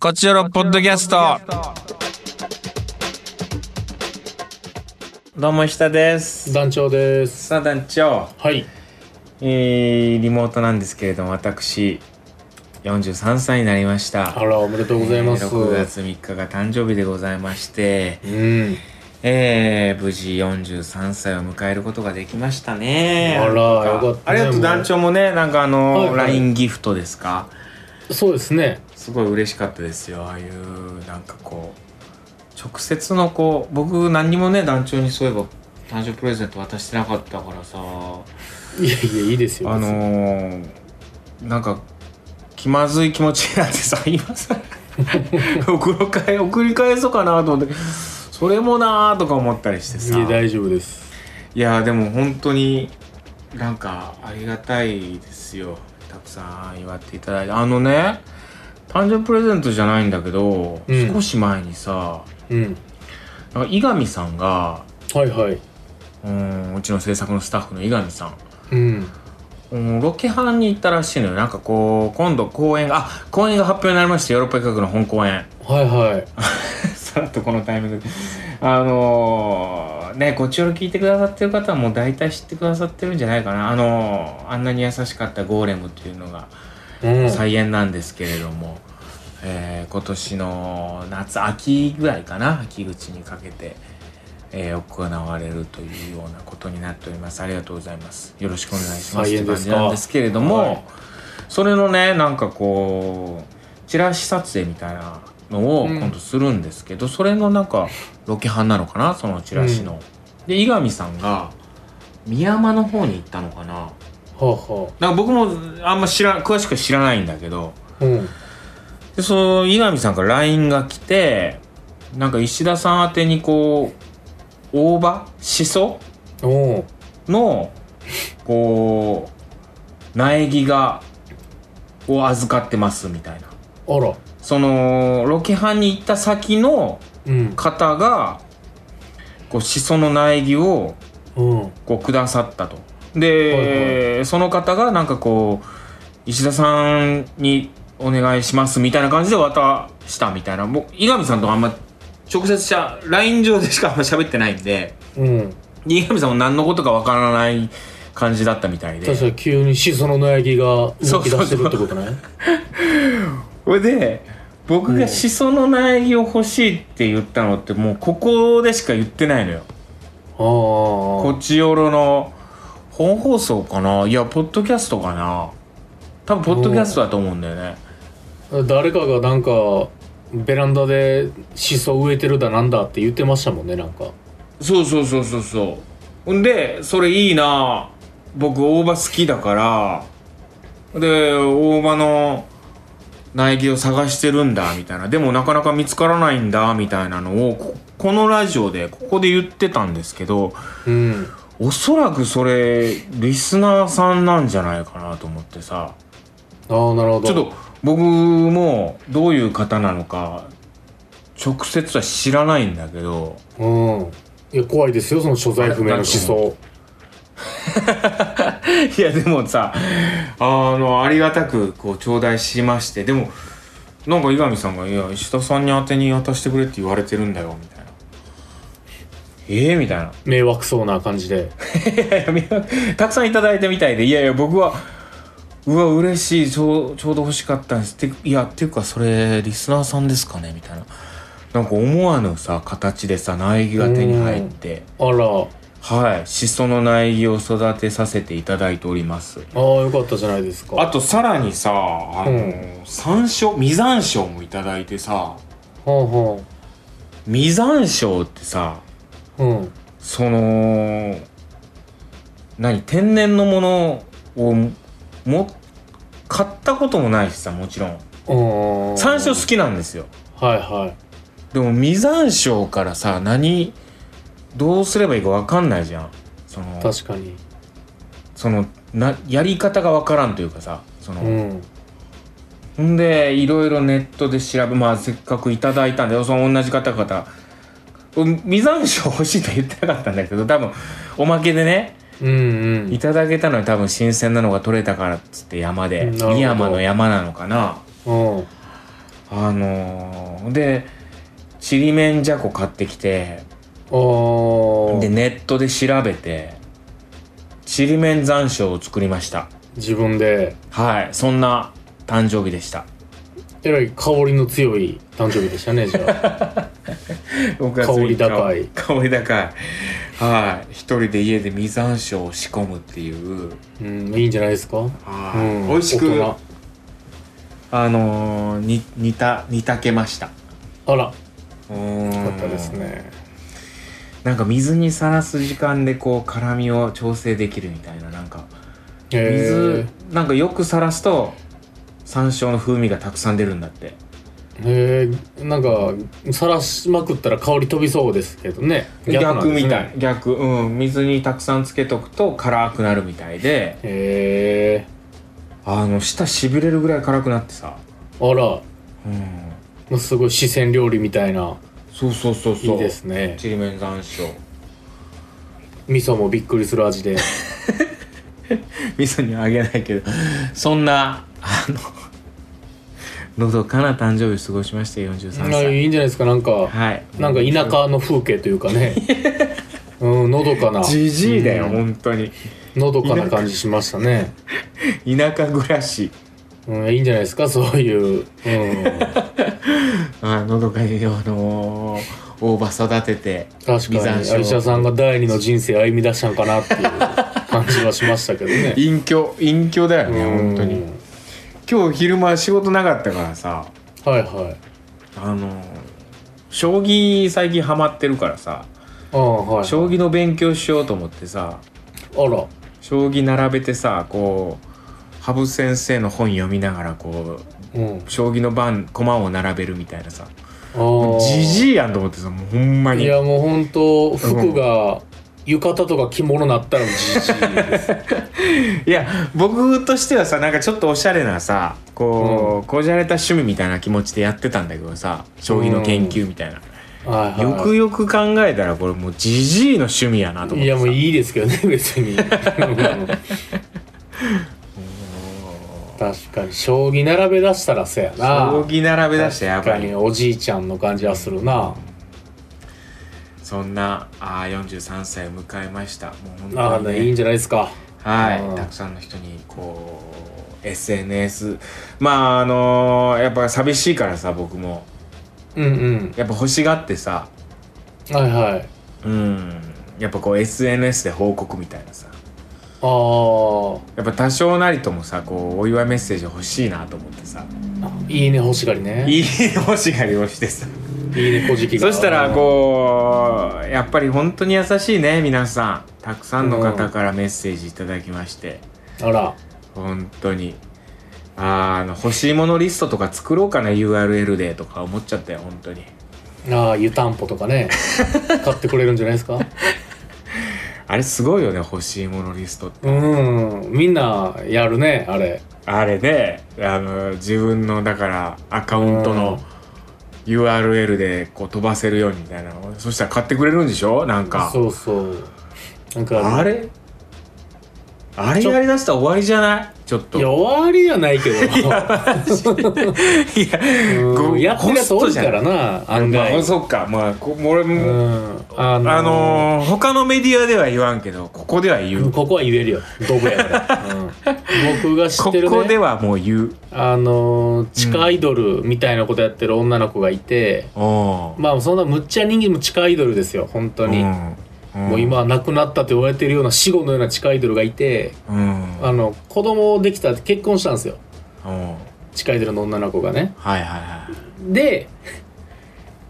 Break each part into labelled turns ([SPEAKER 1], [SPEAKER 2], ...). [SPEAKER 1] こちらのポッドキャスト。
[SPEAKER 2] どうも下です。
[SPEAKER 3] 団長です。
[SPEAKER 2] さあ団長、
[SPEAKER 3] はい。
[SPEAKER 2] えー、リモートなんですけれども、私43歳になりました。
[SPEAKER 3] あら、おめでとうございます。
[SPEAKER 2] えー6月3日が誕生日でございまして、
[SPEAKER 3] うん。
[SPEAKER 2] えー、無事43歳を迎えることができましたね。
[SPEAKER 3] あら
[SPEAKER 2] なん
[SPEAKER 3] よかっ
[SPEAKER 2] あ
[SPEAKER 3] たね
[SPEAKER 2] りがとう団長もね、なんかあ
[SPEAKER 3] はいは
[SPEAKER 2] の
[SPEAKER 3] い
[SPEAKER 2] LINE、ギフトですか。
[SPEAKER 3] そうですね。
[SPEAKER 2] すごい嬉しかったですよああいうなんかこう直接のこう僕何にもね団長にそういえば誕生日プレゼント渡してなかったからさあ
[SPEAKER 3] いやいや、いいですよ。
[SPEAKER 2] のー、なんか気まずい気持ちになってさ今 さ送り返送り返そうかなと思ってそれもなーとか思ったりして
[SPEAKER 3] 別
[SPEAKER 2] さ
[SPEAKER 3] にいや大丈夫です。
[SPEAKER 2] いやでも本当になんかありがたいですよたくさん祝っていただいてあのね誕生日プレゼントじゃないんだけど、
[SPEAKER 3] うん
[SPEAKER 2] 少し前にさ
[SPEAKER 3] うん。
[SPEAKER 2] なんか伊上さんが
[SPEAKER 3] はいはい。
[SPEAKER 2] うんうちの制作のスタッフの伊上さん
[SPEAKER 3] うん。
[SPEAKER 2] うんロケハンに行ったらしいのよなんかこう今度公演があ公演が発表になりましたヨーロッパ企画の本公演
[SPEAKER 3] はいはい。
[SPEAKER 2] さらっとこのタイミングであのーねこっちより聞いてくださってる方はもう大体知ってくださってるんじゃないかなあのーあんなに優しかったゴーレムっていうのが
[SPEAKER 3] うん。
[SPEAKER 2] 再演なんですけれども、えー今年の夏秋ぐらいかな秋口にかけて、えー行われるというようなことになっておりますありがとうございますよろしくお願いします
[SPEAKER 3] 再
[SPEAKER 2] とい
[SPEAKER 3] 演
[SPEAKER 2] う感
[SPEAKER 3] です
[SPEAKER 2] じ
[SPEAKER 3] か
[SPEAKER 2] なんですけれども、
[SPEAKER 3] はい
[SPEAKER 2] それのねなんかこうチラシ撮影みたいなのを
[SPEAKER 3] うん
[SPEAKER 2] 今度するんですけど、それのなんかロケハンなのかなそのチラシの。で井上さんが宮山の方に行ったのかな
[SPEAKER 3] はあは
[SPEAKER 2] なんか僕もあんま知ら詳しくは知らないんだけど
[SPEAKER 3] あ。うん。
[SPEAKER 2] でその井上さんから LINE が来てなんか石田さん宛てにこう大葉しそ
[SPEAKER 3] おう
[SPEAKER 2] のこう苗木がを預かってますみたいな
[SPEAKER 3] あら。
[SPEAKER 2] そのロケハンに行った先の
[SPEAKER 3] うん。
[SPEAKER 2] 方がこうしその苗木を
[SPEAKER 3] うん。
[SPEAKER 2] こうくださったとで、その方がなんかこう石田さんにお願いしますみたいな感じで渡したみたいなもう井上さんとあんま直接しゃ LINE 上でしかあんま喋ってないんで
[SPEAKER 3] うん。
[SPEAKER 2] で井上さんも何のことかわからない感じだったみたいで
[SPEAKER 3] 確かに急にシソの苗木が動き出してるってことね。
[SPEAKER 2] それで僕がしその苗木を欲しいって言ったのってもうここでしか言ってないのよ
[SPEAKER 3] あ
[SPEAKER 2] こっちよろの本放送かないやポッドキャストかな多分ポッドキャストだと思うんだよね
[SPEAKER 3] あ。誰かがなんか、ベランダでシソ植えてるだなんだって言ってましたもんね、なんか。
[SPEAKER 2] そうそうそうそうそうんでそれいいな僕大葉好きだからで大葉の苗木を探してるんだみたいなでもなかなか見つからないんだみたいなのをここのラジオでここで言ってたんですけど
[SPEAKER 3] うん。
[SPEAKER 2] おそらくそれリスナーさんなんじゃないかなと思ってさ
[SPEAKER 3] ああ、なるほど。
[SPEAKER 2] ちょっと僕もどういう方なのか直接は知らないんだけど
[SPEAKER 3] うん。いや、怖いですよ、その所在不明の思想。
[SPEAKER 2] いやでもさあのありがたくこう頂戴しましてでもなんか井上さんが「いや石田さんに宛てに渡してくれ」って言われてるんだよみたいな「ええみたいな
[SPEAKER 3] 迷惑そうな感じで。
[SPEAKER 2] いやいやみんなたくさんいただいたみたいでいやいや僕はうわ嬉しいちょうちょうど欲しかったんですっていやっていうかそれリスナーさんですかねみたいななんか思わぬさ形でさ苗木が手に入って
[SPEAKER 3] あら、あ
[SPEAKER 2] はいしその苗木を育てさせていただいております
[SPEAKER 3] あ、よかったじゃないですか。
[SPEAKER 2] あとさらにさあの、
[SPEAKER 3] うん
[SPEAKER 2] 山椒実山椒もいただいてさ
[SPEAKER 3] はんはん。
[SPEAKER 2] 実山椒ってさ
[SPEAKER 3] うん。
[SPEAKER 2] その何天然のものをも買ったこともないしさもちろん
[SPEAKER 3] うん。
[SPEAKER 2] 山椒好きなんですよ
[SPEAKER 3] はいはい。
[SPEAKER 2] でも実山椒からさ何どうすればいいか分かんないじゃんその
[SPEAKER 3] 確かに。
[SPEAKER 2] そのなやり方が分からんというかさその、
[SPEAKER 3] うん。
[SPEAKER 2] んでいろいろネットで調べまあせっかくいただいたんでその同じ方々うん実山椒欲しいと言ってなかったんだけど多分おまけでね
[SPEAKER 3] うんうん。
[SPEAKER 2] いただけたのに多分新鮮なのが取れたからっつって山で
[SPEAKER 3] なるほど
[SPEAKER 2] 美山の山なのかな
[SPEAKER 3] うん。
[SPEAKER 2] ああのーでちりめんじゃこ買ってきて
[SPEAKER 3] あー
[SPEAKER 2] でネットで調べてちりめん山椒を作りました
[SPEAKER 3] 自分で
[SPEAKER 2] はいそんな誕生日でした
[SPEAKER 3] えらい香りの強い誕生日でしたね じゃあ
[SPEAKER 2] 僕は
[SPEAKER 3] 香り高い
[SPEAKER 2] 香り高いはい一人で家で実山椒を仕込むっていう、
[SPEAKER 3] うんいいんじゃないですか、うん、
[SPEAKER 2] はい美味しく
[SPEAKER 3] 大人
[SPEAKER 2] あのーに煮た煮たけました
[SPEAKER 3] あら
[SPEAKER 2] うーん
[SPEAKER 3] よかったですね
[SPEAKER 2] なんか水にさらす時間でこう辛みを調整できるみたいななんか水
[SPEAKER 3] へ
[SPEAKER 2] なんかよくさらすと山椒の風味がたくさん出るんだって
[SPEAKER 3] えへえなんかさらしまくったら香り飛びそうですけどねなんです
[SPEAKER 2] 逆
[SPEAKER 3] ね
[SPEAKER 2] みたい逆うん水にたくさんつけとくと辛くなるみたいで
[SPEAKER 3] へえ
[SPEAKER 2] あの舌しびれるぐらい辛くなってさ
[SPEAKER 3] あら
[SPEAKER 2] うん
[SPEAKER 3] もうすごい四川料理みたいな
[SPEAKER 2] そうそうそうそう
[SPEAKER 3] いいですね
[SPEAKER 2] ちりめん山椒
[SPEAKER 3] 味噌もびっくりする味で
[SPEAKER 2] 味噌にはあげないけどそんなあののどかな誕生日を過ごしました43
[SPEAKER 3] あ
[SPEAKER 2] 歳
[SPEAKER 3] いいんじゃないですかなんか、
[SPEAKER 2] はい
[SPEAKER 3] なんか田舎の風景というか ねうんのどかな
[SPEAKER 2] じじいだよ、
[SPEAKER 3] うん
[SPEAKER 2] 本当に
[SPEAKER 3] のどかな感じしましたね
[SPEAKER 2] 田舎暮らし
[SPEAKER 3] うん、いいんじゃないですかそういう、うん、
[SPEAKER 2] あのどかにあの大葉育てて
[SPEAKER 3] 確
[SPEAKER 2] 実
[SPEAKER 3] か
[SPEAKER 2] 山
[SPEAKER 3] に
[SPEAKER 2] 椒
[SPEAKER 3] 有田さんが第二の人生歩み出したんかなっていう感じはしましたけどね
[SPEAKER 2] 隠居隠居だよね
[SPEAKER 3] うん
[SPEAKER 2] 本当に今日昼間仕事なかったからさ
[SPEAKER 3] はいはい
[SPEAKER 2] あの将棋最近ハマってるからさ
[SPEAKER 3] ああはい
[SPEAKER 2] 将棋の勉強しようと思ってさ
[SPEAKER 3] あら
[SPEAKER 2] 将棋並べてさこう羽生先生の本読みながらこ
[SPEAKER 3] うん
[SPEAKER 2] う将棋の盤駒を並べるみたいなさ
[SPEAKER 3] あー
[SPEAKER 2] じじいやんと思ってさもうほんま
[SPEAKER 3] い
[SPEAKER 2] に
[SPEAKER 3] やもう本当服が浴衣とか着物なったらもうじ じいです
[SPEAKER 2] いや僕としてはさなんかちょっとおしゃれなさこう、こじゃれた趣味みたいな気持ちでやってたんだけどさ将棋の研究みたいな、
[SPEAKER 3] はいはい
[SPEAKER 2] よくよく考えたらこれもうジジイの趣味やなと思って
[SPEAKER 3] い
[SPEAKER 2] い
[SPEAKER 3] やもういいですけどね 別にうん確かに将棋並べ出したらせやな
[SPEAKER 2] 将棋並べ出してやば
[SPEAKER 3] 確かに
[SPEAKER 2] い
[SPEAKER 3] おじいちゃんの感じはするな、
[SPEAKER 2] そんなあー43歳を迎えましたもう
[SPEAKER 3] ああ
[SPEAKER 2] 本当
[SPEAKER 3] ね、いい
[SPEAKER 2] に、
[SPEAKER 3] ん
[SPEAKER 2] ね、
[SPEAKER 3] じゃないですか
[SPEAKER 2] は
[SPEAKER 3] うん
[SPEAKER 2] いたくさんの人にこう SNS まああのーやっぱ寂しいからさ僕も
[SPEAKER 3] うん
[SPEAKER 2] やっぱ欲しがってさ
[SPEAKER 3] うんはいはい
[SPEAKER 2] うんやっぱこう SNS で報告みたいなさ
[SPEAKER 3] ああ
[SPEAKER 2] やっぱ多少なりともさこうお祝いメッセージ欲しいなと思ってさ
[SPEAKER 3] いいね欲しがりね
[SPEAKER 2] い
[SPEAKER 3] い
[SPEAKER 2] い欲しがりをしてさ
[SPEAKER 3] いねこじきが
[SPEAKER 2] そしたらこうやっぱり本当に優しいね皆さんたくさんの方からメッセージいただきまして、
[SPEAKER 3] あら
[SPEAKER 2] 本当にあーあの欲しいものリストとか作ろうかな URL でとか思っちゃったよ本当に
[SPEAKER 3] ああ湯たんぽとか ね買ってくれるんじゃないですか
[SPEAKER 2] あれすごいよね欲しいものリストって
[SPEAKER 3] うんみんなやるねあれ
[SPEAKER 2] あれであの自分のだからアカウントの URL でこう飛ばせるようにみたいなのそしたら買ってくれるんでしょなんか
[SPEAKER 3] そうそうなんか
[SPEAKER 2] あれあれやりだしたら終わりじゃないちょっと
[SPEAKER 3] いや終わりじゃないけど
[SPEAKER 2] いや、
[SPEAKER 3] うんやってるやつ多いから
[SPEAKER 2] な。
[SPEAKER 3] な案
[SPEAKER 2] まあ、
[SPEAKER 3] 外
[SPEAKER 2] そっか、まあ、こ俺
[SPEAKER 3] う
[SPEAKER 2] も、
[SPEAKER 3] んあの
[SPEAKER 2] あのー他のメディアでは言わんけど、ここでは言う。
[SPEAKER 3] ここは言えるよドブやから、うん僕が知
[SPEAKER 2] こ
[SPEAKER 3] ってるね
[SPEAKER 2] こではもう言う。
[SPEAKER 3] あのー地下アイドルみたいなことやってる女の子がいて、
[SPEAKER 2] お
[SPEAKER 3] まあそんなむっちゃ人気も地下アイドルですよ本当
[SPEAKER 2] う
[SPEAKER 3] に、
[SPEAKER 2] ん。
[SPEAKER 3] もう今は亡くなったと言われてるような死後のような地下アイドルがいて
[SPEAKER 2] うん。うん。
[SPEAKER 3] あの子供できた結婚したんですよ
[SPEAKER 2] うん
[SPEAKER 3] 地下アイドルの女の子がね
[SPEAKER 2] はいはいは
[SPEAKER 3] で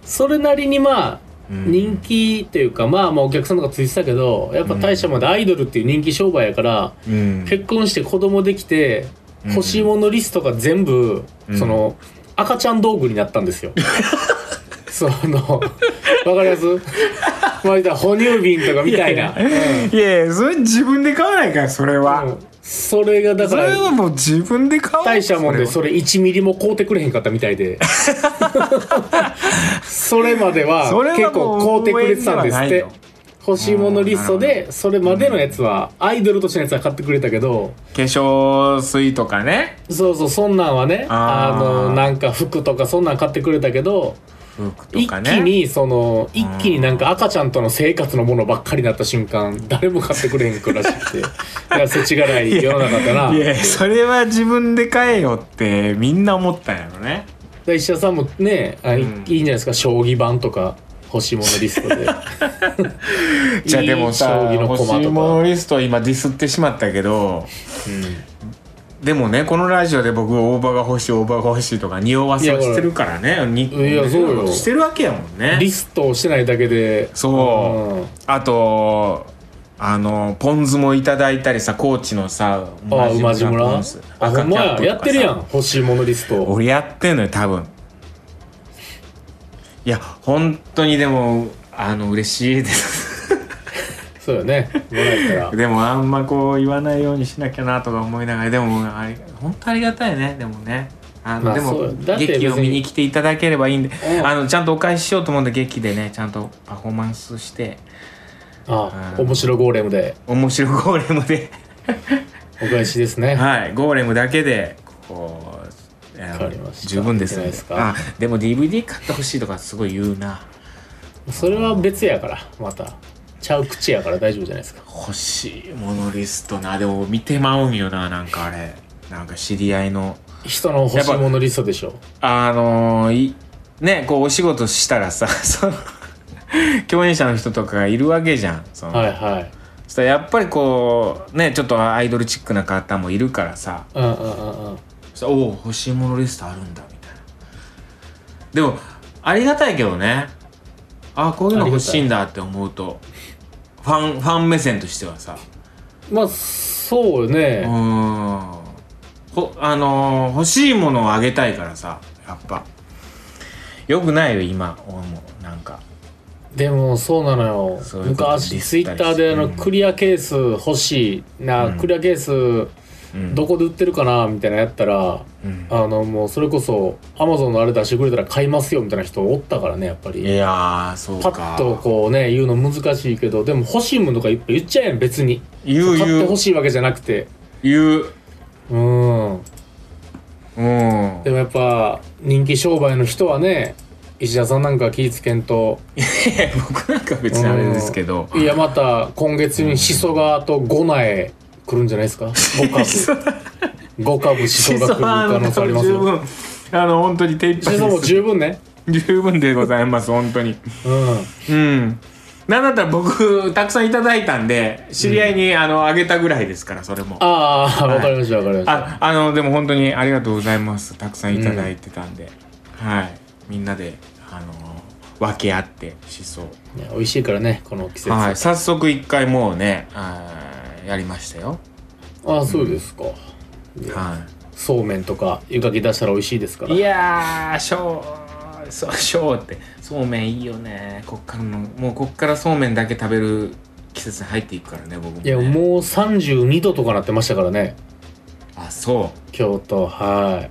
[SPEAKER 3] それなりにまあ
[SPEAKER 2] い。うん
[SPEAKER 3] 人気というか、まあまあお客さんとかついてたけどやっぱ大社までアイドルっていう人気商売やから、
[SPEAKER 2] うん。
[SPEAKER 3] 結婚して子供できて
[SPEAKER 2] うん
[SPEAKER 3] 欲しいものリストが全部、
[SPEAKER 2] うん
[SPEAKER 3] その赤ちゃん道具になった んですよ。そのわかりますまあ言ったら哺乳瓶とかみたいな。うん
[SPEAKER 2] いやいや、それ自分で買わないから、それは。
[SPEAKER 3] うんそれがだ
[SPEAKER 2] そ
[SPEAKER 3] か
[SPEAKER 2] れは
[SPEAKER 3] ら
[SPEAKER 2] もう自分で買う
[SPEAKER 3] 大したもんでそれ1ミリも買うてくれへんかったみたいで それまでは
[SPEAKER 2] それは
[SPEAKER 3] 結構買うてくれてたんです
[SPEAKER 2] もう
[SPEAKER 3] っ
[SPEAKER 2] 応援では
[SPEAKER 3] て
[SPEAKER 2] ないよ
[SPEAKER 3] 欲しいものリストでそれまでのやつはアイドルとしてのやつは買ってくれたけど
[SPEAKER 2] 化粧水とかね
[SPEAKER 3] そうそうそんなんはね
[SPEAKER 2] あー
[SPEAKER 3] あのなんか服とかそんなん買ってくれたけど
[SPEAKER 2] 服と
[SPEAKER 3] 一
[SPEAKER 2] かね
[SPEAKER 3] 気にその一気になんか赤ちゃんとの生活のものばっかりになった瞬間誰も買ってくれへんくらしくて だから世知辛い世の中だなって
[SPEAKER 2] いやそれは自分で買えよってみんな思ったんやろね
[SPEAKER 3] だから石田さんもねあいいいんじゃないですか将棋盤とか欲しいものリストで
[SPEAKER 2] じゃあでもさ
[SPEAKER 3] いい将棋の
[SPEAKER 2] 欲
[SPEAKER 3] 駒
[SPEAKER 2] しい
[SPEAKER 3] と
[SPEAKER 2] も
[SPEAKER 3] か、
[SPEAKER 2] のリストは今ディスってしまったけど
[SPEAKER 3] う
[SPEAKER 2] でもねこのラジオで僕大葉が欲しい大葉が欲しいとか匂わせをしてるからねに
[SPEAKER 3] いやそうよ
[SPEAKER 2] 匂わせしてるわけやもんね
[SPEAKER 3] ん、リストをしてないだけで
[SPEAKER 2] そう
[SPEAKER 3] うん
[SPEAKER 2] あとあのポン酢もいただいたりさ高知のさ
[SPEAKER 3] ああ馬路村
[SPEAKER 2] ポ
[SPEAKER 3] あ
[SPEAKER 2] ン酢
[SPEAKER 3] ほ
[SPEAKER 2] 赤
[SPEAKER 3] ん
[SPEAKER 2] キ
[SPEAKER 3] ま
[SPEAKER 2] ャップとかさ
[SPEAKER 3] ややってるやん欲しいものリスト
[SPEAKER 2] 俺やってんのよ多分いや本当にでもあの嬉しいです
[SPEAKER 3] そうよねもらえたら
[SPEAKER 2] でもあんまこう言わないようにしなきゃなとか思いながらでもあれ本当ありがたいねでもねあの、
[SPEAKER 3] まあ
[SPEAKER 2] で
[SPEAKER 3] そう
[SPEAKER 2] も
[SPEAKER 3] よだって別に
[SPEAKER 2] 劇を見に来ていただければいいんで
[SPEAKER 3] うん
[SPEAKER 2] あのちゃんとお返ししようと思うんで劇でねちゃんとパフォーマンスして
[SPEAKER 3] あ
[SPEAKER 2] う
[SPEAKER 3] 面白ゴーレムで
[SPEAKER 2] 面白ゴーレム で
[SPEAKER 3] お返しですね
[SPEAKER 2] はいゴーレムだけでこうあの
[SPEAKER 3] わかりました
[SPEAKER 2] 十分です
[SPEAKER 3] いい
[SPEAKER 2] ね
[SPEAKER 3] んじゃないですか
[SPEAKER 2] あでも DVD 買ってほしいとかすごい言うな
[SPEAKER 3] それは別やからまたちゃう口やから大丈夫じゃないですか
[SPEAKER 2] 欲しいものリストなでも見てまうんよななんかあれなんか知り合いの
[SPEAKER 3] 人の欲しいものリストでしょ
[SPEAKER 2] あのーいねこうお仕事したらさ その共演者の人とかがいるわけじゃんその、
[SPEAKER 3] はいはい
[SPEAKER 2] そしたらやっぱりこうねちょっとアイドルチックな方もいるからさ
[SPEAKER 3] うんうんうんうん
[SPEAKER 2] そしたらおお欲しいものリストあるんだみたいなでもありがたいけどねあこういうの欲しいんだって思うとファンファン目線としてはさ
[SPEAKER 3] まあそうよ
[SPEAKER 2] う
[SPEAKER 3] ね
[SPEAKER 2] ーんほあのー欲しいものをあげたいからさやっぱよくないよ今俺もなんか
[SPEAKER 3] でもそうなのよ
[SPEAKER 2] そういうこと
[SPEAKER 3] 昔
[SPEAKER 2] リ
[SPEAKER 3] ツイ
[SPEAKER 2] スト
[SPEAKER 3] ッ
[SPEAKER 2] たりして
[SPEAKER 3] ターであの
[SPEAKER 2] うん
[SPEAKER 3] クリアケース欲しいな、
[SPEAKER 2] うん
[SPEAKER 3] クリアケー
[SPEAKER 2] うん
[SPEAKER 3] スどこで売ってるかなみたいなやったら
[SPEAKER 2] うん
[SPEAKER 3] あのもうそれこそアマゾンのあれ出してくれたら買いますよみたいな人おったからねやっぱ
[SPEAKER 2] い
[SPEAKER 3] り
[SPEAKER 2] やーそう
[SPEAKER 3] パ
[SPEAKER 2] か
[SPEAKER 3] ッとこうね言うの難しいけどでも欲しいものとかいっぱい言っちゃえん別に
[SPEAKER 2] 言う
[SPEAKER 3] 買って
[SPEAKER 2] 言う
[SPEAKER 3] 欲しいわけじゃなくて
[SPEAKER 2] 言う
[SPEAKER 3] うん
[SPEAKER 2] うん
[SPEAKER 3] でもやっぱ人気商売の人はね石田さんなんか気ぃつけんと
[SPEAKER 2] 僕なんか別にあれですけど
[SPEAKER 3] いやまた今月にしそがあと5苗来るんじゃないで すか5株5株しそ
[SPEAKER 2] シ
[SPEAKER 3] が
[SPEAKER 2] ソ
[SPEAKER 3] 来る可能性あります
[SPEAKER 2] 十
[SPEAKER 3] よ
[SPEAKER 2] 分あの本当に手一
[SPEAKER 3] し
[SPEAKER 2] 杯
[SPEAKER 3] そも
[SPEAKER 2] です
[SPEAKER 3] 十分ね
[SPEAKER 2] 十分でございます本当に
[SPEAKER 3] う
[SPEAKER 2] う
[SPEAKER 3] ん
[SPEAKER 2] んなんだったら僕たくさんいただいたんで知り合いに、あのあげたぐらいですからそれも
[SPEAKER 3] ああわかりましたわかりました
[SPEAKER 2] ああのでも本当にありがとうございますたくさんいただいてたんで、はいみんなであの分け合ってしそう
[SPEAKER 3] ね美味しいからねこの季節
[SPEAKER 2] は
[SPEAKER 3] あ
[SPEAKER 2] い早速一回もうねあーやりましたよ
[SPEAKER 3] あそうですか
[SPEAKER 2] は
[SPEAKER 3] そうめんとか湯かき出したら美味しいですか
[SPEAKER 2] い
[SPEAKER 3] ら
[SPEAKER 2] いやーしょうそうしょうってそうめんいいよねこっからのもうこっからそうめんだけ食べる季節に入っていくからね僕も、ね、
[SPEAKER 3] いやもう32度とかなってましたからね
[SPEAKER 2] あそ
[SPEAKER 3] 京都は
[SPEAKER 2] うや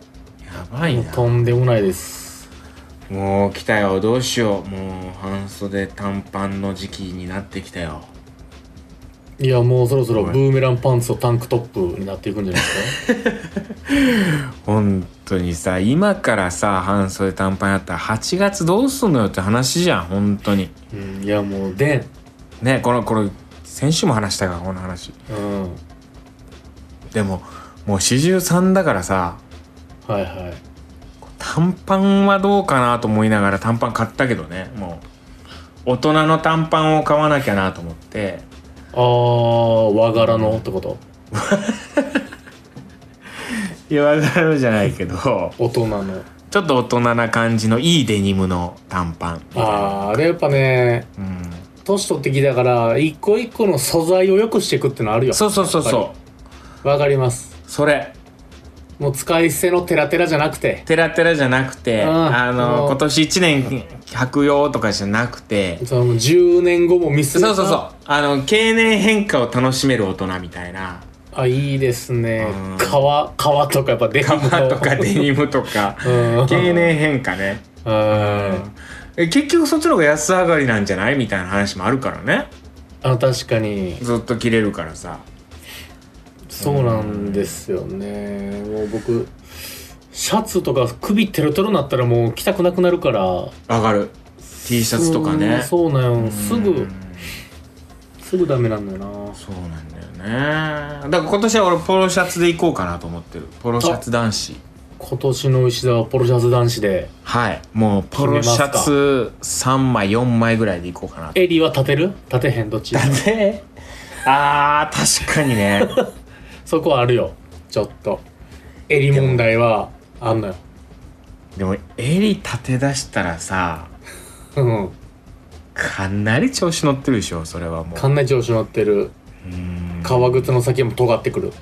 [SPEAKER 2] ば
[SPEAKER 3] い
[SPEAKER 2] い
[SPEAKER 3] もう
[SPEAKER 2] な
[SPEAKER 3] とんでもないです
[SPEAKER 2] もう来たよどうしようもう半袖短パンの時期になってきたよ
[SPEAKER 3] いやもうそろそろブーメランパンツとタンクトップになっていくんじゃないですか
[SPEAKER 2] 本当にさ今からさ半袖短パンやったら8月どうすんのよって話じゃん本当に
[SPEAKER 3] うんいやもうでん
[SPEAKER 2] ねこのこれ先週も話したからこの話
[SPEAKER 3] うん
[SPEAKER 2] でももう43だからさ
[SPEAKER 3] はいはい
[SPEAKER 2] 短パンはどうかなと思いながら短パン買ったけどねもう大人の短パンを買わなきゃなと思って
[SPEAKER 3] あー和柄のってこと
[SPEAKER 2] いやわかるじゃないけど
[SPEAKER 3] 大人の
[SPEAKER 2] ちょっと大人な感じのいいデニムの短パン
[SPEAKER 3] あーでやっぱね
[SPEAKER 2] うん
[SPEAKER 3] 年取ってきたから一個一個の素材を良くしていくってのあるよ
[SPEAKER 2] そうそうそう
[SPEAKER 3] やっ
[SPEAKER 2] そ
[SPEAKER 3] わかります
[SPEAKER 2] うそれ
[SPEAKER 3] もう使い捨てのテラテラじゃなくて
[SPEAKER 2] テラテラじゃなくて、
[SPEAKER 3] うん
[SPEAKER 2] あ
[SPEAKER 3] も
[SPEAKER 2] の
[SPEAKER 3] う
[SPEAKER 2] 今年1年履くよとかじゃなくて、
[SPEAKER 3] その10年後も見据
[SPEAKER 2] そ
[SPEAKER 3] え
[SPEAKER 2] う
[SPEAKER 3] た
[SPEAKER 2] そうそうあの経年変化を楽しめる大人みたい な
[SPEAKER 3] あいいですね
[SPEAKER 2] うん
[SPEAKER 3] 革革とかやっぱデニムの
[SPEAKER 2] 革とかデニムと か
[SPEAKER 3] うん
[SPEAKER 2] 経年変化ね
[SPEAKER 3] うん
[SPEAKER 2] え結局そっちの方が安上がりなんじゃないみたいな話もあるからね
[SPEAKER 3] あ確かに
[SPEAKER 2] ずっと切れるからさ
[SPEAKER 3] そうなんですよねもう僕シャツとか首テロテロになったらもう着たくなくなるから
[SPEAKER 2] 上がる T シャツとかね
[SPEAKER 3] うんそうなんよす
[SPEAKER 2] う
[SPEAKER 3] ぐ
[SPEAKER 2] ん
[SPEAKER 3] すぐダメなんだよな
[SPEAKER 2] そうなんだよねだから今年は俺ポロシャツで行こうかなと思ってるポロシャツ男子
[SPEAKER 3] 今年の石田はポロシャツ男子で
[SPEAKER 2] はいもうポロシャツ3枚4枚ぐらいで行こうかな
[SPEAKER 3] 襟は立てる立てへんど っち
[SPEAKER 2] であー確かにね
[SPEAKER 3] そこはあるよちょっと襟問題はあんのよ
[SPEAKER 2] でも襟立て出したらさ
[SPEAKER 3] うん
[SPEAKER 2] かなり調子乗ってるでしょそれはもう
[SPEAKER 3] 館内調子乗ってる
[SPEAKER 2] うん
[SPEAKER 3] 革靴の先も尖ってくる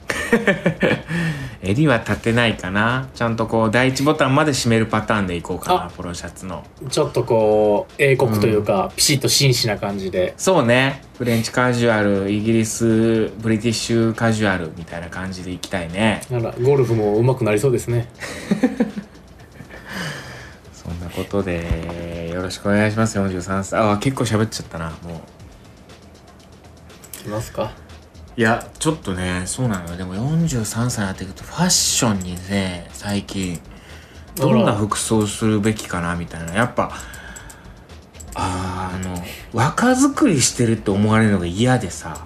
[SPEAKER 2] 襟は立てないかなちゃんとこう第一ボタンまで締めるパターンでいこうかな
[SPEAKER 3] あ
[SPEAKER 2] ポロシャツの
[SPEAKER 3] ちょっとこう英国というか、ピシッと紳士な感じで
[SPEAKER 2] そうねフレンチカジュアルイギリスブリティッシュカジュアルみたいな感じでいきたいね
[SPEAKER 3] なんかゴルフも上手くなりそうですね
[SPEAKER 2] そんなことでよろしくお願いします43歳あ結構喋っちゃったなもう
[SPEAKER 3] いきますか
[SPEAKER 2] いやちょっとねそうなのよでも43歳になってくるとファッションにね最近どんな服装するべきかなみたいなやっぱあーあの若作りしてるって思われるのが嫌でさ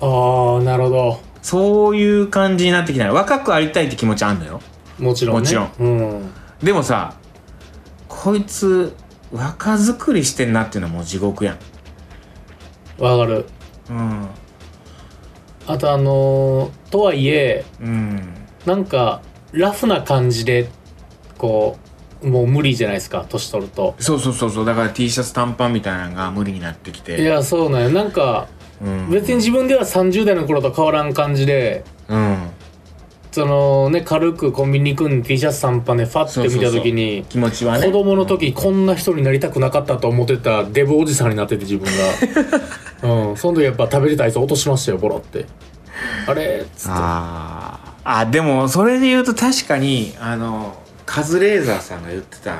[SPEAKER 3] ああなるほど
[SPEAKER 2] そういう感じになってきたの若くありたいって気持ちあんのよ
[SPEAKER 3] もちろん、ね、
[SPEAKER 2] もちろん
[SPEAKER 3] うん
[SPEAKER 2] でもさこいつ若作りしてんなっていうのはもう地獄やん
[SPEAKER 3] わかる
[SPEAKER 2] うん
[SPEAKER 3] あとあのーとはいえ
[SPEAKER 2] うん
[SPEAKER 3] なんかラフな感じでこうもう無理じゃないですか年取ると
[SPEAKER 2] そうそうそうそうだから T シャツ短パンみたいなのが無理になってきて
[SPEAKER 3] いやそうなんやなんか
[SPEAKER 2] うん、
[SPEAKER 3] 別に自分では30代の頃と変わらん感じで
[SPEAKER 2] うん、
[SPEAKER 3] そのね軽くコンビニ行くんで T シャツ短パンでファッて見た時に
[SPEAKER 2] 気持ちはね
[SPEAKER 3] 子供の時こんな人になりたくなかったと思ってたデブおじさんになってて自分がうんその時やっぱ食べてたやつ落としましたよボロってあれっつって
[SPEAKER 2] あーあでもそれで言うと確かにあのカズレーザーさんが言ってたん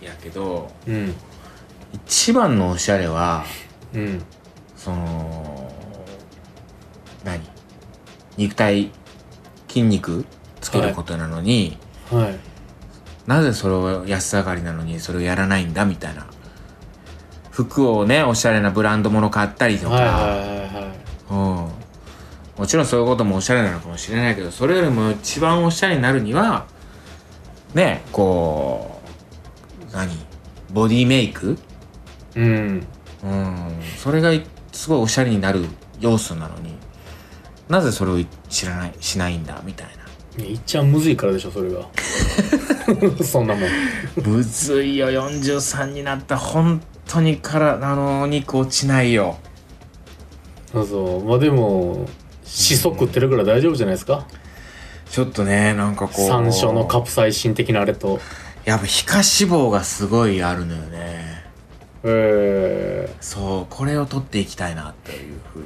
[SPEAKER 2] やけど
[SPEAKER 3] うん
[SPEAKER 2] 一番のおしゃれは
[SPEAKER 3] うん
[SPEAKER 2] その何肉体筋肉つけることなのに、
[SPEAKER 3] はい
[SPEAKER 2] なぜそれを安上がりなのにそれをやらないんだみたいな服をねおしゃれなブランドもの買ったりとか、
[SPEAKER 3] はいはいはいは
[SPEAKER 2] う
[SPEAKER 3] い
[SPEAKER 2] ん、もちろんそういうこともおしゃれなのかもしれないけどそれよりも一番おしゃれになるにはねこう何ボディメイク、
[SPEAKER 3] うん
[SPEAKER 2] うん、それがいすごいおしゃれになる要素なのになぜそれを知らないしないんだみたいな。
[SPEAKER 3] いやいっちゃんむずいからでしょそれが そんなもん
[SPEAKER 2] むずいよ43になった本当にからあのお肉落ちないよ
[SPEAKER 3] そうそうまあでもしそ食ってるから大丈夫じゃないですか
[SPEAKER 2] ちょっとねなんかこう
[SPEAKER 3] 山椒のカプサイシン的なあれと
[SPEAKER 2] やっぱ皮下脂肪がすごいあるのよね
[SPEAKER 3] え
[SPEAKER 2] そうこれを取っていきたいなというふうに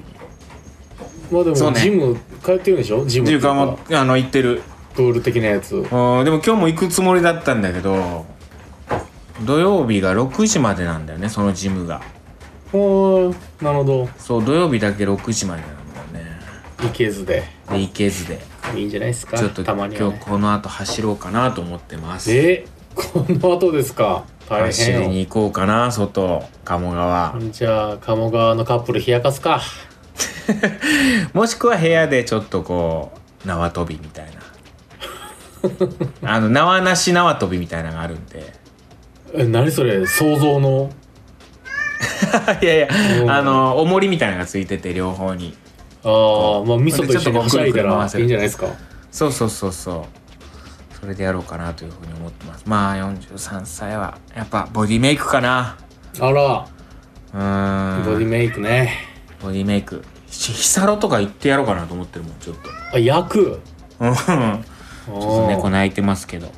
[SPEAKER 3] ー、まあで
[SPEAKER 2] そう
[SPEAKER 3] も
[SPEAKER 2] ね
[SPEAKER 3] ジム通ってるんでしょジム
[SPEAKER 2] ってい
[SPEAKER 3] と
[SPEAKER 2] うかも
[SPEAKER 3] か
[SPEAKER 2] うあの行ってる
[SPEAKER 3] プール的なやつ
[SPEAKER 2] うんでも今日も行くつもりだったんだけど土曜日が6時までなんだよねそのジムが
[SPEAKER 3] おーなるほど
[SPEAKER 2] そう土曜日だけ6時までなんだよね
[SPEAKER 3] いけずで
[SPEAKER 2] で行けずで
[SPEAKER 3] いいんじゃないですか
[SPEAKER 2] ちょっと
[SPEAKER 3] たま
[SPEAKER 2] 今
[SPEAKER 3] に
[SPEAKER 2] 日
[SPEAKER 3] は、ね、
[SPEAKER 2] この後走ろうかなと思ってます
[SPEAKER 3] えこの後ですか大
[SPEAKER 2] 走り
[SPEAKER 3] 変よ
[SPEAKER 2] に行こうかな外鴨川
[SPEAKER 3] じゃあ鴨川のカップル冷やかすか
[SPEAKER 2] もしくは部屋でちょっとこう縄跳びみたい なあの縄なし縄跳びみたいなのがあるんで
[SPEAKER 3] え何それ想像の
[SPEAKER 2] いやいや
[SPEAKER 3] うん
[SPEAKER 2] あの重りみたいなのがついてて両方に
[SPEAKER 3] ああまあ味噌と一緒にはしゃいだらいいんじゃないですか
[SPEAKER 2] そうそうそうそうそれでやろうかなというふうに思ってますまあ43歳はやっぱボディメイクかな
[SPEAKER 3] あら
[SPEAKER 2] うーん
[SPEAKER 3] ボディメイクね
[SPEAKER 2] ボディメイクひヒサロとか行ってやろうかなと思ってるもんちょっと
[SPEAKER 3] あ焼く
[SPEAKER 2] うんちょ
[SPEAKER 3] お
[SPEAKER 2] っと猫
[SPEAKER 3] ー
[SPEAKER 2] 泣いてますけど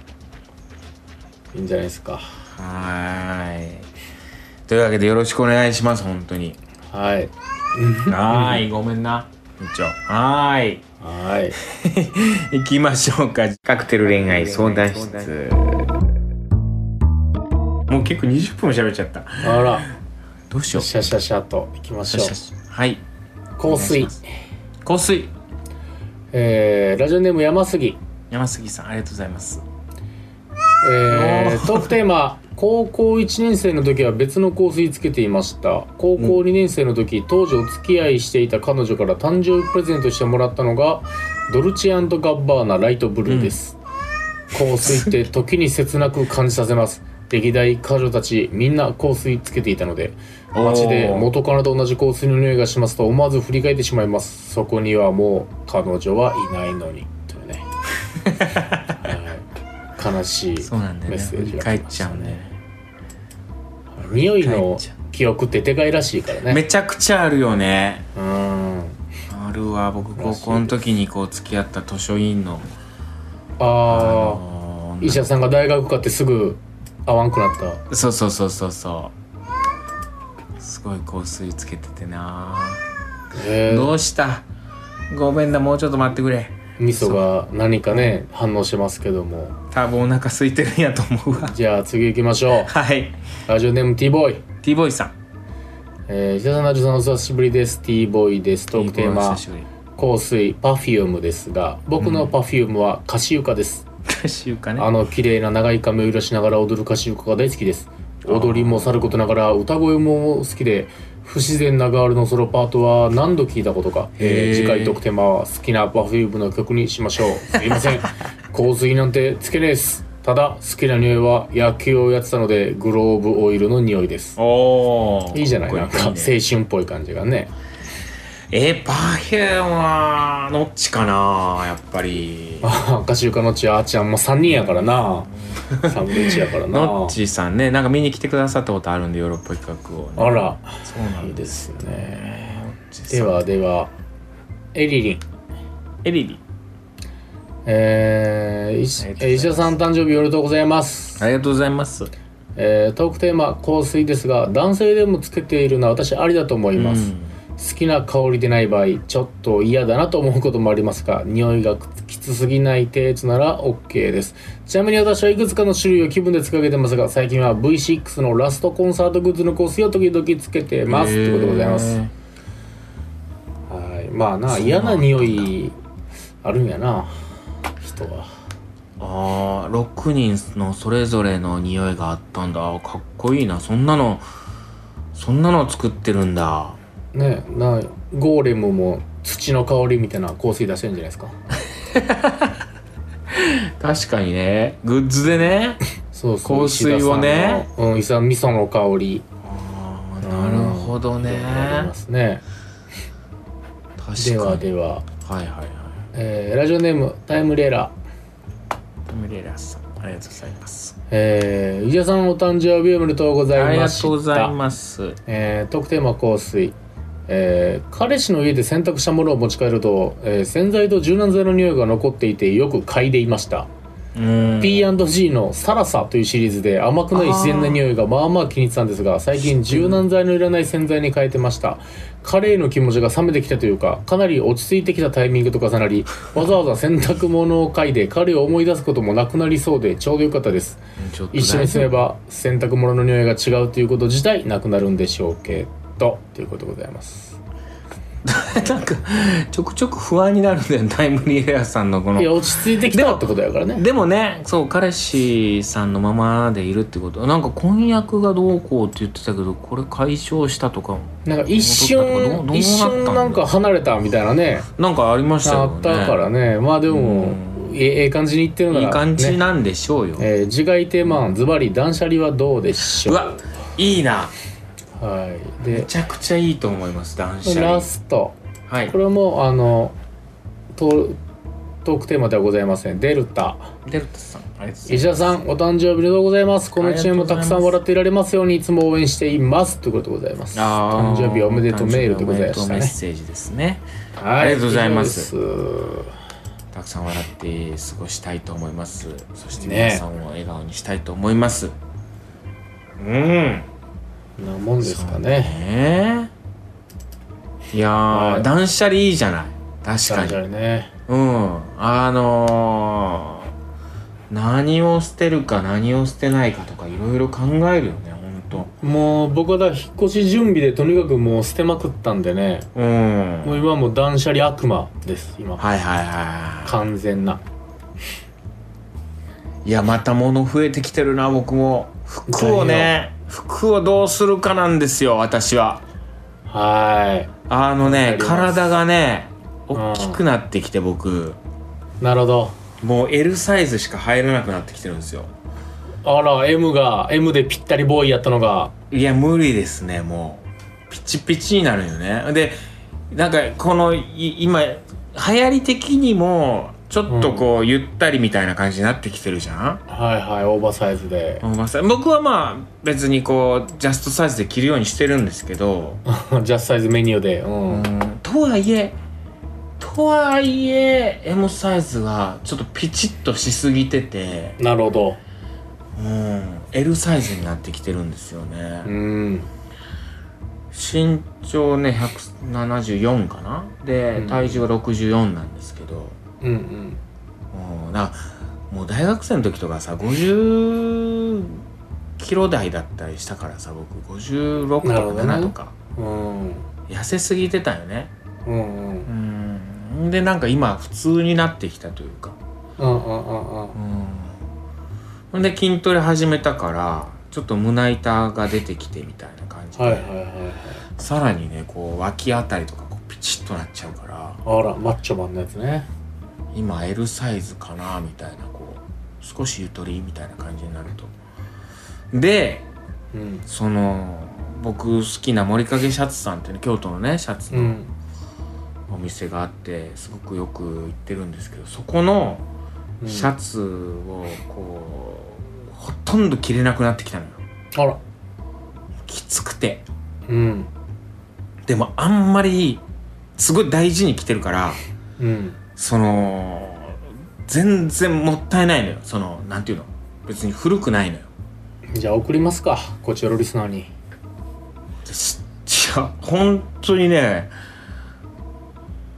[SPEAKER 3] いいんじゃないですか
[SPEAKER 2] はーい。というわけでよろしくお願いします、本当に。
[SPEAKER 3] はい
[SPEAKER 2] はーい、ごめんな。一応。はーい。
[SPEAKER 3] はい
[SPEAKER 2] 行きましょうか。カクテル恋愛相談室。もう結構20分も喋っちゃった。
[SPEAKER 3] あら
[SPEAKER 2] どうしよう
[SPEAKER 3] シャシャシャといきましょう
[SPEAKER 2] はいお
[SPEAKER 3] 香水
[SPEAKER 2] 願いします香水
[SPEAKER 3] えー、ラジオネーム山杉
[SPEAKER 2] 山杉さんありがとうございます
[SPEAKER 3] え
[SPEAKER 2] お
[SPEAKER 3] ー、トークテーマ高校1年生の時は別の香水つけていました高校2年生の時当時お付き合いしていた彼女から誕生日プレゼントしてもらったのがドルチアンドガッバーナライトブルーです、香水って時に切なく感じさせます歴代彼女たちみんな香水つけていたので街で元カノと同じ香水の匂いがしますと思わず振り返ってしまいますそこにはもう彼女はいないのにというね、はい悲しい
[SPEAKER 2] そうなんだよ
[SPEAKER 3] メッ
[SPEAKER 2] ね
[SPEAKER 3] セー
[SPEAKER 2] 振
[SPEAKER 3] ジ
[SPEAKER 2] り
[SPEAKER 3] が
[SPEAKER 2] 返
[SPEAKER 3] 来
[SPEAKER 2] っ
[SPEAKER 3] まし
[SPEAKER 2] ち
[SPEAKER 3] た
[SPEAKER 2] ゃ
[SPEAKER 3] ね
[SPEAKER 2] うんだよね
[SPEAKER 3] 匂い
[SPEAKER 2] 帰
[SPEAKER 3] の
[SPEAKER 2] っちゃ
[SPEAKER 3] 記憶ってでかいらしいからね
[SPEAKER 2] めちゃくちゃあるよね
[SPEAKER 3] うーん
[SPEAKER 2] あるわ僕高校の時にこう付き合った図書委員のあ
[SPEAKER 3] ああ
[SPEAKER 2] のー
[SPEAKER 3] 医者さんが大学かってすぐ会わんくなった
[SPEAKER 2] そうそうそうそうそうすごい香水つけててな
[SPEAKER 3] えー
[SPEAKER 2] どうしたごめんなもうちょっと待ってくれ
[SPEAKER 3] 味噌が何かね反応してますけども
[SPEAKER 2] 多分お腹空いてるんやと思うわ
[SPEAKER 3] じゃあ次行きましょう
[SPEAKER 2] はい
[SPEAKER 3] ラジオネーム T ボーイ
[SPEAKER 2] T ボーイさん
[SPEAKER 3] えー、久田ナジさんお久しぶりです T ボーイですトークテー
[SPEAKER 2] T ボ
[SPEAKER 3] マ
[SPEAKER 2] 久しぶり
[SPEAKER 3] 香水パフュームですが僕のパフュームはカシウカです、
[SPEAKER 2] 歌集かね
[SPEAKER 3] あの綺麗な長い髪を揺らしながら踊るカシウカが大好きです踊りもさることながら歌声も好きで不自然なガールのソロパートは何度聞いたことか、え
[SPEAKER 2] へー
[SPEAKER 3] ー次回トークテーマは好きなパフュームの曲にしましょうすいま せん香水なんてつけねえですただ好きな匂いは野球をやってたのでグローブオイルの匂いです
[SPEAKER 2] おー
[SPEAKER 3] いいじゃない
[SPEAKER 2] か
[SPEAKER 3] な
[SPEAKER 2] っ
[SPEAKER 3] ん
[SPEAKER 2] こ
[SPEAKER 3] か青
[SPEAKER 2] ね
[SPEAKER 3] 春っぽい感じがね
[SPEAKER 2] えー、パフュームはノッチかなやっぱり
[SPEAKER 3] ああ、カシウカノッチ、あーちゃん、まあ、3人やか らな。サンドイッチやからな。
[SPEAKER 2] ノッチさんねなんか見に来てくださったことあるんでヨーロッパ企画を、ね、
[SPEAKER 3] あら、
[SPEAKER 2] そうない
[SPEAKER 3] い
[SPEAKER 2] ん
[SPEAKER 3] で
[SPEAKER 2] です
[SPEAKER 3] す
[SPEAKER 2] ね
[SPEAKER 3] ね。
[SPEAKER 2] ノッチさん
[SPEAKER 3] ではでは、エリリン。
[SPEAKER 2] エリリありがとうございます
[SPEAKER 3] えー、石えー石田さん誕生日おめでとうございます。
[SPEAKER 2] ありがとうございます
[SPEAKER 3] えートークテーマ、香水ですが、男性でもつけているのは私ありだと思います。好きな香りでない場合ちょっと嫌だなと思うこともありますが匂いがきつすぎない程度なら OK ですちなみに私はいくつかの種類を気分で使い上げてますが最近は V6 のラストコンサートグッズの香水を時々つけて
[SPEAKER 2] う
[SPEAKER 3] ますってことでございま
[SPEAKER 2] へ
[SPEAKER 3] す
[SPEAKER 2] ー
[SPEAKER 3] はいまあな
[SPEAKER 2] そうなんだ
[SPEAKER 3] 嫌な匂いあるんやな人は
[SPEAKER 2] あー6人のそれぞれの匂いがあったんだあーかっこいいなそんなのそんなの作ってるんだ
[SPEAKER 3] ねなゴーレムも土の香りみたいな香水出してるんじゃないですか
[SPEAKER 2] 確かにねグッズでね
[SPEAKER 3] そうそう
[SPEAKER 2] 香水をね
[SPEAKER 3] 石田さんのうん伊沢味噌の香り
[SPEAKER 2] あーなるほどね
[SPEAKER 3] ありますねで
[SPEAKER 2] 確か
[SPEAKER 3] は
[SPEAKER 2] に
[SPEAKER 3] では
[SPEAKER 2] はいはいはい
[SPEAKER 3] えーラジオネームタイムレーラー、
[SPEAKER 2] トムレラさんありがとうございます
[SPEAKER 3] えー、伊沢さんお誕生日おめでとうござ
[SPEAKER 2] あ
[SPEAKER 3] い
[SPEAKER 2] り
[SPEAKER 3] ま
[SPEAKER 2] が
[SPEAKER 3] した
[SPEAKER 2] とうございます
[SPEAKER 3] えー、特テーマ香水、えー、彼氏の家で洗濯したものを持ち帰ると、えー洗剤と柔軟剤の匂いが残っていてよく嗅いでいました、
[SPEAKER 2] うん
[SPEAKER 3] P&G のサラサというシリーズで甘くない自然な匂いがまあまあ気に入ってたんですが最近柔軟剤のいらない洗剤に変えてました彼への気持ちが冷めてきたというかかなり落ち着いてきたタイミングと重なりわざわざ洗濯物を嗅いで彼を思い出すこともなくなりそうでちょうどよかったです
[SPEAKER 2] ちょっと
[SPEAKER 3] 一緒に住めば洗濯物の匂いが違うということ自体なくなるんでしょうけどということでございます
[SPEAKER 2] なんかちょくちょく不安になるんだよタイムリエラさんのこの
[SPEAKER 3] いや落ち着いてきたってことやからね
[SPEAKER 2] でもねそう彼氏さんのままでいるってことなんか婚約がどうこうって言ってたけどこれ解消したとか
[SPEAKER 3] なんか一
[SPEAKER 2] どう
[SPEAKER 3] 瞬
[SPEAKER 2] どうなったんだ
[SPEAKER 3] 一瞬なんか離れたみたいなね
[SPEAKER 2] なんかありました
[SPEAKER 3] あ
[SPEAKER 2] よね
[SPEAKER 3] ったからねまあでもええええ感じにいってるなら、ね、
[SPEAKER 2] いい感じなんでしょうよ、
[SPEAKER 3] えー次回テーマズバリ断捨離はどうでしょ
[SPEAKER 2] う
[SPEAKER 3] う
[SPEAKER 2] わいいな
[SPEAKER 3] はい
[SPEAKER 2] め
[SPEAKER 3] で
[SPEAKER 2] ちゃくちゃいいと思います断捨離
[SPEAKER 3] ラスト
[SPEAKER 2] はい
[SPEAKER 3] これもあのトトークテーマではございませんデルタ
[SPEAKER 2] デルタさんありがとうございます
[SPEAKER 3] 石田さんお誕生日おめでとうございますこの一年もたくさん笑っていられますようにいつも応援していますということでございます
[SPEAKER 2] あ
[SPEAKER 3] 誕
[SPEAKER 2] ー
[SPEAKER 3] 生日おめでとうメールでございました
[SPEAKER 2] おめでとうメッ
[SPEAKER 3] ね
[SPEAKER 2] セージですね
[SPEAKER 3] は
[SPEAKER 2] ありがとうございます
[SPEAKER 3] 以上で
[SPEAKER 2] たくさん笑って過ごしたいと思いますそして
[SPEAKER 3] ね
[SPEAKER 2] 皆さんを笑顔にしたいと思います、うん
[SPEAKER 3] すなもんですかね
[SPEAKER 2] ねいやー、
[SPEAKER 3] はい
[SPEAKER 2] 断捨離いいじゃない確
[SPEAKER 3] 断
[SPEAKER 2] か
[SPEAKER 3] 捨
[SPEAKER 2] に
[SPEAKER 3] 離ね
[SPEAKER 2] うんあのー、何を捨てるか何を捨てないかとかいろいろ考えるよね本と
[SPEAKER 3] もう僕はだから引っ越し準備でとにかくもう捨てまくったんでね
[SPEAKER 2] うん
[SPEAKER 3] もう今はもう断捨離悪魔です今
[SPEAKER 2] はいはいは
[SPEAKER 3] 完全ない
[SPEAKER 2] いやまた物増えてきてるな僕も服をね服をどうするかなんですよ私は
[SPEAKER 3] は
[SPEAKER 2] あの
[SPEAKER 3] わか
[SPEAKER 2] ね
[SPEAKER 3] ります
[SPEAKER 2] 体がね
[SPEAKER 3] うん
[SPEAKER 2] 大きくなってきて僕
[SPEAKER 3] いなるほど
[SPEAKER 2] もう L サイズしか入らなくなってきてるんですよ
[SPEAKER 3] あら M が M でぴったりボーイやったのが
[SPEAKER 2] いや無理ですねもうピチピチになるよねでなんかこのい今流行り的にもちょっとこう、ゆったりみたいな感じになってきてるじゃん
[SPEAKER 3] はいはいオーバーサイズで
[SPEAKER 2] 大場さん僕はまあ別にこうジャストサイズで着るようにしてるんですけど、
[SPEAKER 3] ジャスサイズメニューでうん、
[SPEAKER 2] うんとはいえとはいえ M サイズがちょっとピチッとしすぎてて、
[SPEAKER 3] なるほど
[SPEAKER 2] うん、L サイズになってきてるんですよね、
[SPEAKER 3] うん
[SPEAKER 2] 身長ね174かなで、
[SPEAKER 3] うん
[SPEAKER 2] 体重が64なんですけど
[SPEAKER 3] うんうん
[SPEAKER 2] もうなもう大学生の時とかさ50キロ台だったりしたからさ僕56とか
[SPEAKER 3] なるほどね
[SPEAKER 2] 7とか、
[SPEAKER 3] うん
[SPEAKER 2] 痩せすぎてたよね
[SPEAKER 3] うんうん
[SPEAKER 2] うんでなんか今普通になってきたというか
[SPEAKER 3] うんうんうんう
[SPEAKER 2] う
[SPEAKER 3] ん
[SPEAKER 2] んほんで筋トレ始めたからちょっと胸板が出てきてみたいな感じで、
[SPEAKER 3] はいはいはいはい
[SPEAKER 2] さらにねこう脇あたりとかこうピチッとなっちゃうから
[SPEAKER 3] あらマッチョマンのやつね
[SPEAKER 2] 今 L サイズかなみたいなこう少しゆとりみたいな感じになるとで
[SPEAKER 3] うん
[SPEAKER 2] その僕好きな森影シャツさんっていうね京都のねシャツ
[SPEAKER 3] う
[SPEAKER 2] の
[SPEAKER 3] ん
[SPEAKER 2] お店があってすごくよく行ってるんですけどそこの
[SPEAKER 3] うん
[SPEAKER 2] シャツをこうほとんど着れなくなってきたのよ
[SPEAKER 3] あら
[SPEAKER 2] きつくて
[SPEAKER 3] うん
[SPEAKER 2] でもあんまりすごい大事に着てるから
[SPEAKER 3] うん
[SPEAKER 2] その全然もったいないのよそのなんていうの別に古くないのよ
[SPEAKER 3] じゃあ送りますかこちらのリスナーに
[SPEAKER 2] しいや本当にね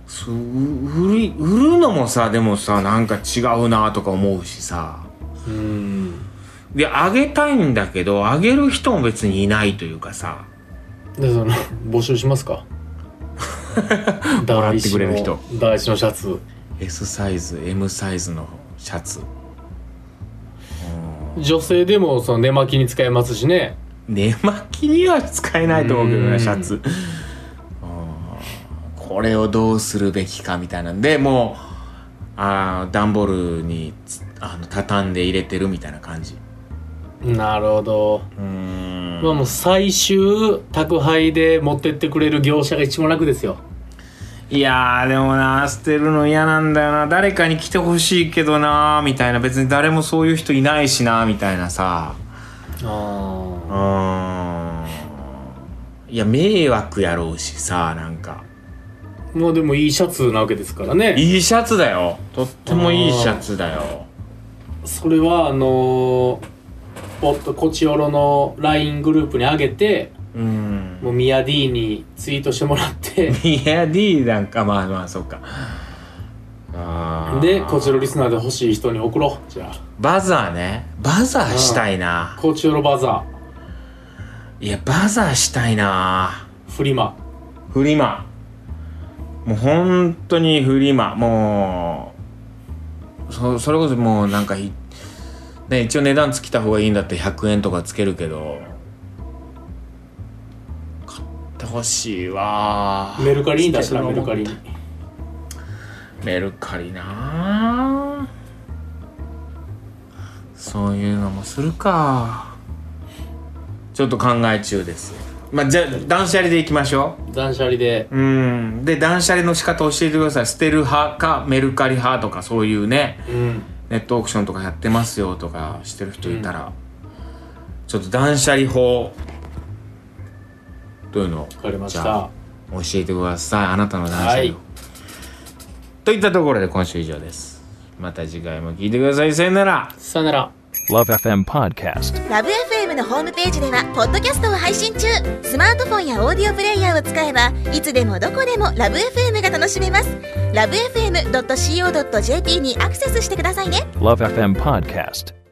[SPEAKER 2] そうう売り売るのもさでもさなんか違うなとか思うしさ
[SPEAKER 3] うん
[SPEAKER 2] であげたいんだけどあげる人も別にいないというかさ
[SPEAKER 3] でその 募集しま すか
[SPEAKER 2] らってくれる人
[SPEAKER 3] 大師のシャツ
[SPEAKER 2] S サイズ M サイズのシャツ
[SPEAKER 3] 女性でもその寝巻きに使えますしね
[SPEAKER 2] 寝巻きには使えないと思うけど
[SPEAKER 3] う
[SPEAKER 2] ね
[SPEAKER 3] ん
[SPEAKER 2] シャツうんこれをどうするべきかみたいなんでもうあー段ボールにつあの畳んで入れてるみたいな感じ
[SPEAKER 3] なるほど、
[SPEAKER 2] うん
[SPEAKER 3] まあもう最終宅配で持ってってくれる業者が一番楽ですよ
[SPEAKER 2] いやーでもな捨てるの嫌なんだよな誰かに来てほしいけどなーみたいな別に誰もそういう人いないしなーみたいなさう
[SPEAKER 3] あ
[SPEAKER 2] ーんいや迷惑やろうしさなんか
[SPEAKER 3] あもうでもいいシャツなわけですからね
[SPEAKER 2] いいシャツだよとってもいいシャツだよ
[SPEAKER 3] それはあのーおっとこちおろの LINE グループに上げて
[SPEAKER 2] うん
[SPEAKER 3] もうミヤ D にツイートしてもらって
[SPEAKER 2] いや D なんかまあまあそっかあー
[SPEAKER 3] でこちらリスナーで欲しい人に送ろうじゃ
[SPEAKER 2] バザーねバザーしたい
[SPEAKER 3] あ
[SPEAKER 2] な
[SPEAKER 3] こちらのバザ
[SPEAKER 2] いやバザーしたいな
[SPEAKER 3] ーフリマ
[SPEAKER 2] フリマもう本当にフリマもうそそれこそもうなんかいね一応値段つきた方がいいんだって100円とかつけるけど買ってほしいわ
[SPEAKER 3] メルカリに出したら
[SPEAKER 2] それ
[SPEAKER 3] メル
[SPEAKER 2] は
[SPEAKER 3] カリに
[SPEAKER 2] メルカリなあそういうのもするかちょっと考え中ですまあじゃあ断捨離でいきましょ
[SPEAKER 3] 断捨離で
[SPEAKER 2] ううんで断捨離の仕方教えてください捨てる派かメルカリ派とかそういうね
[SPEAKER 3] うん
[SPEAKER 2] ネットオークションとかやってますよとかしてる人いたら、ちょっと断捨離法というのを
[SPEAKER 3] わかりまし
[SPEAKER 2] じゃ
[SPEAKER 3] た
[SPEAKER 2] あ教えてくださいあなたの断捨離を、
[SPEAKER 3] はい
[SPEAKER 2] といったところで今週以上ですまた次回も聞いてくださいさよなら
[SPEAKER 3] さよなら
[SPEAKER 1] Love FM Podcast.
[SPEAKER 4] ラブ f m のホームページではポッドキャストを配信中スマートフォンやオーディオプレイヤーを使えばいつでもどこでもラブ f m が楽しめますラブ FM.co.jp にアクセスしてくださいね
[SPEAKER 1] Love FM Podcast.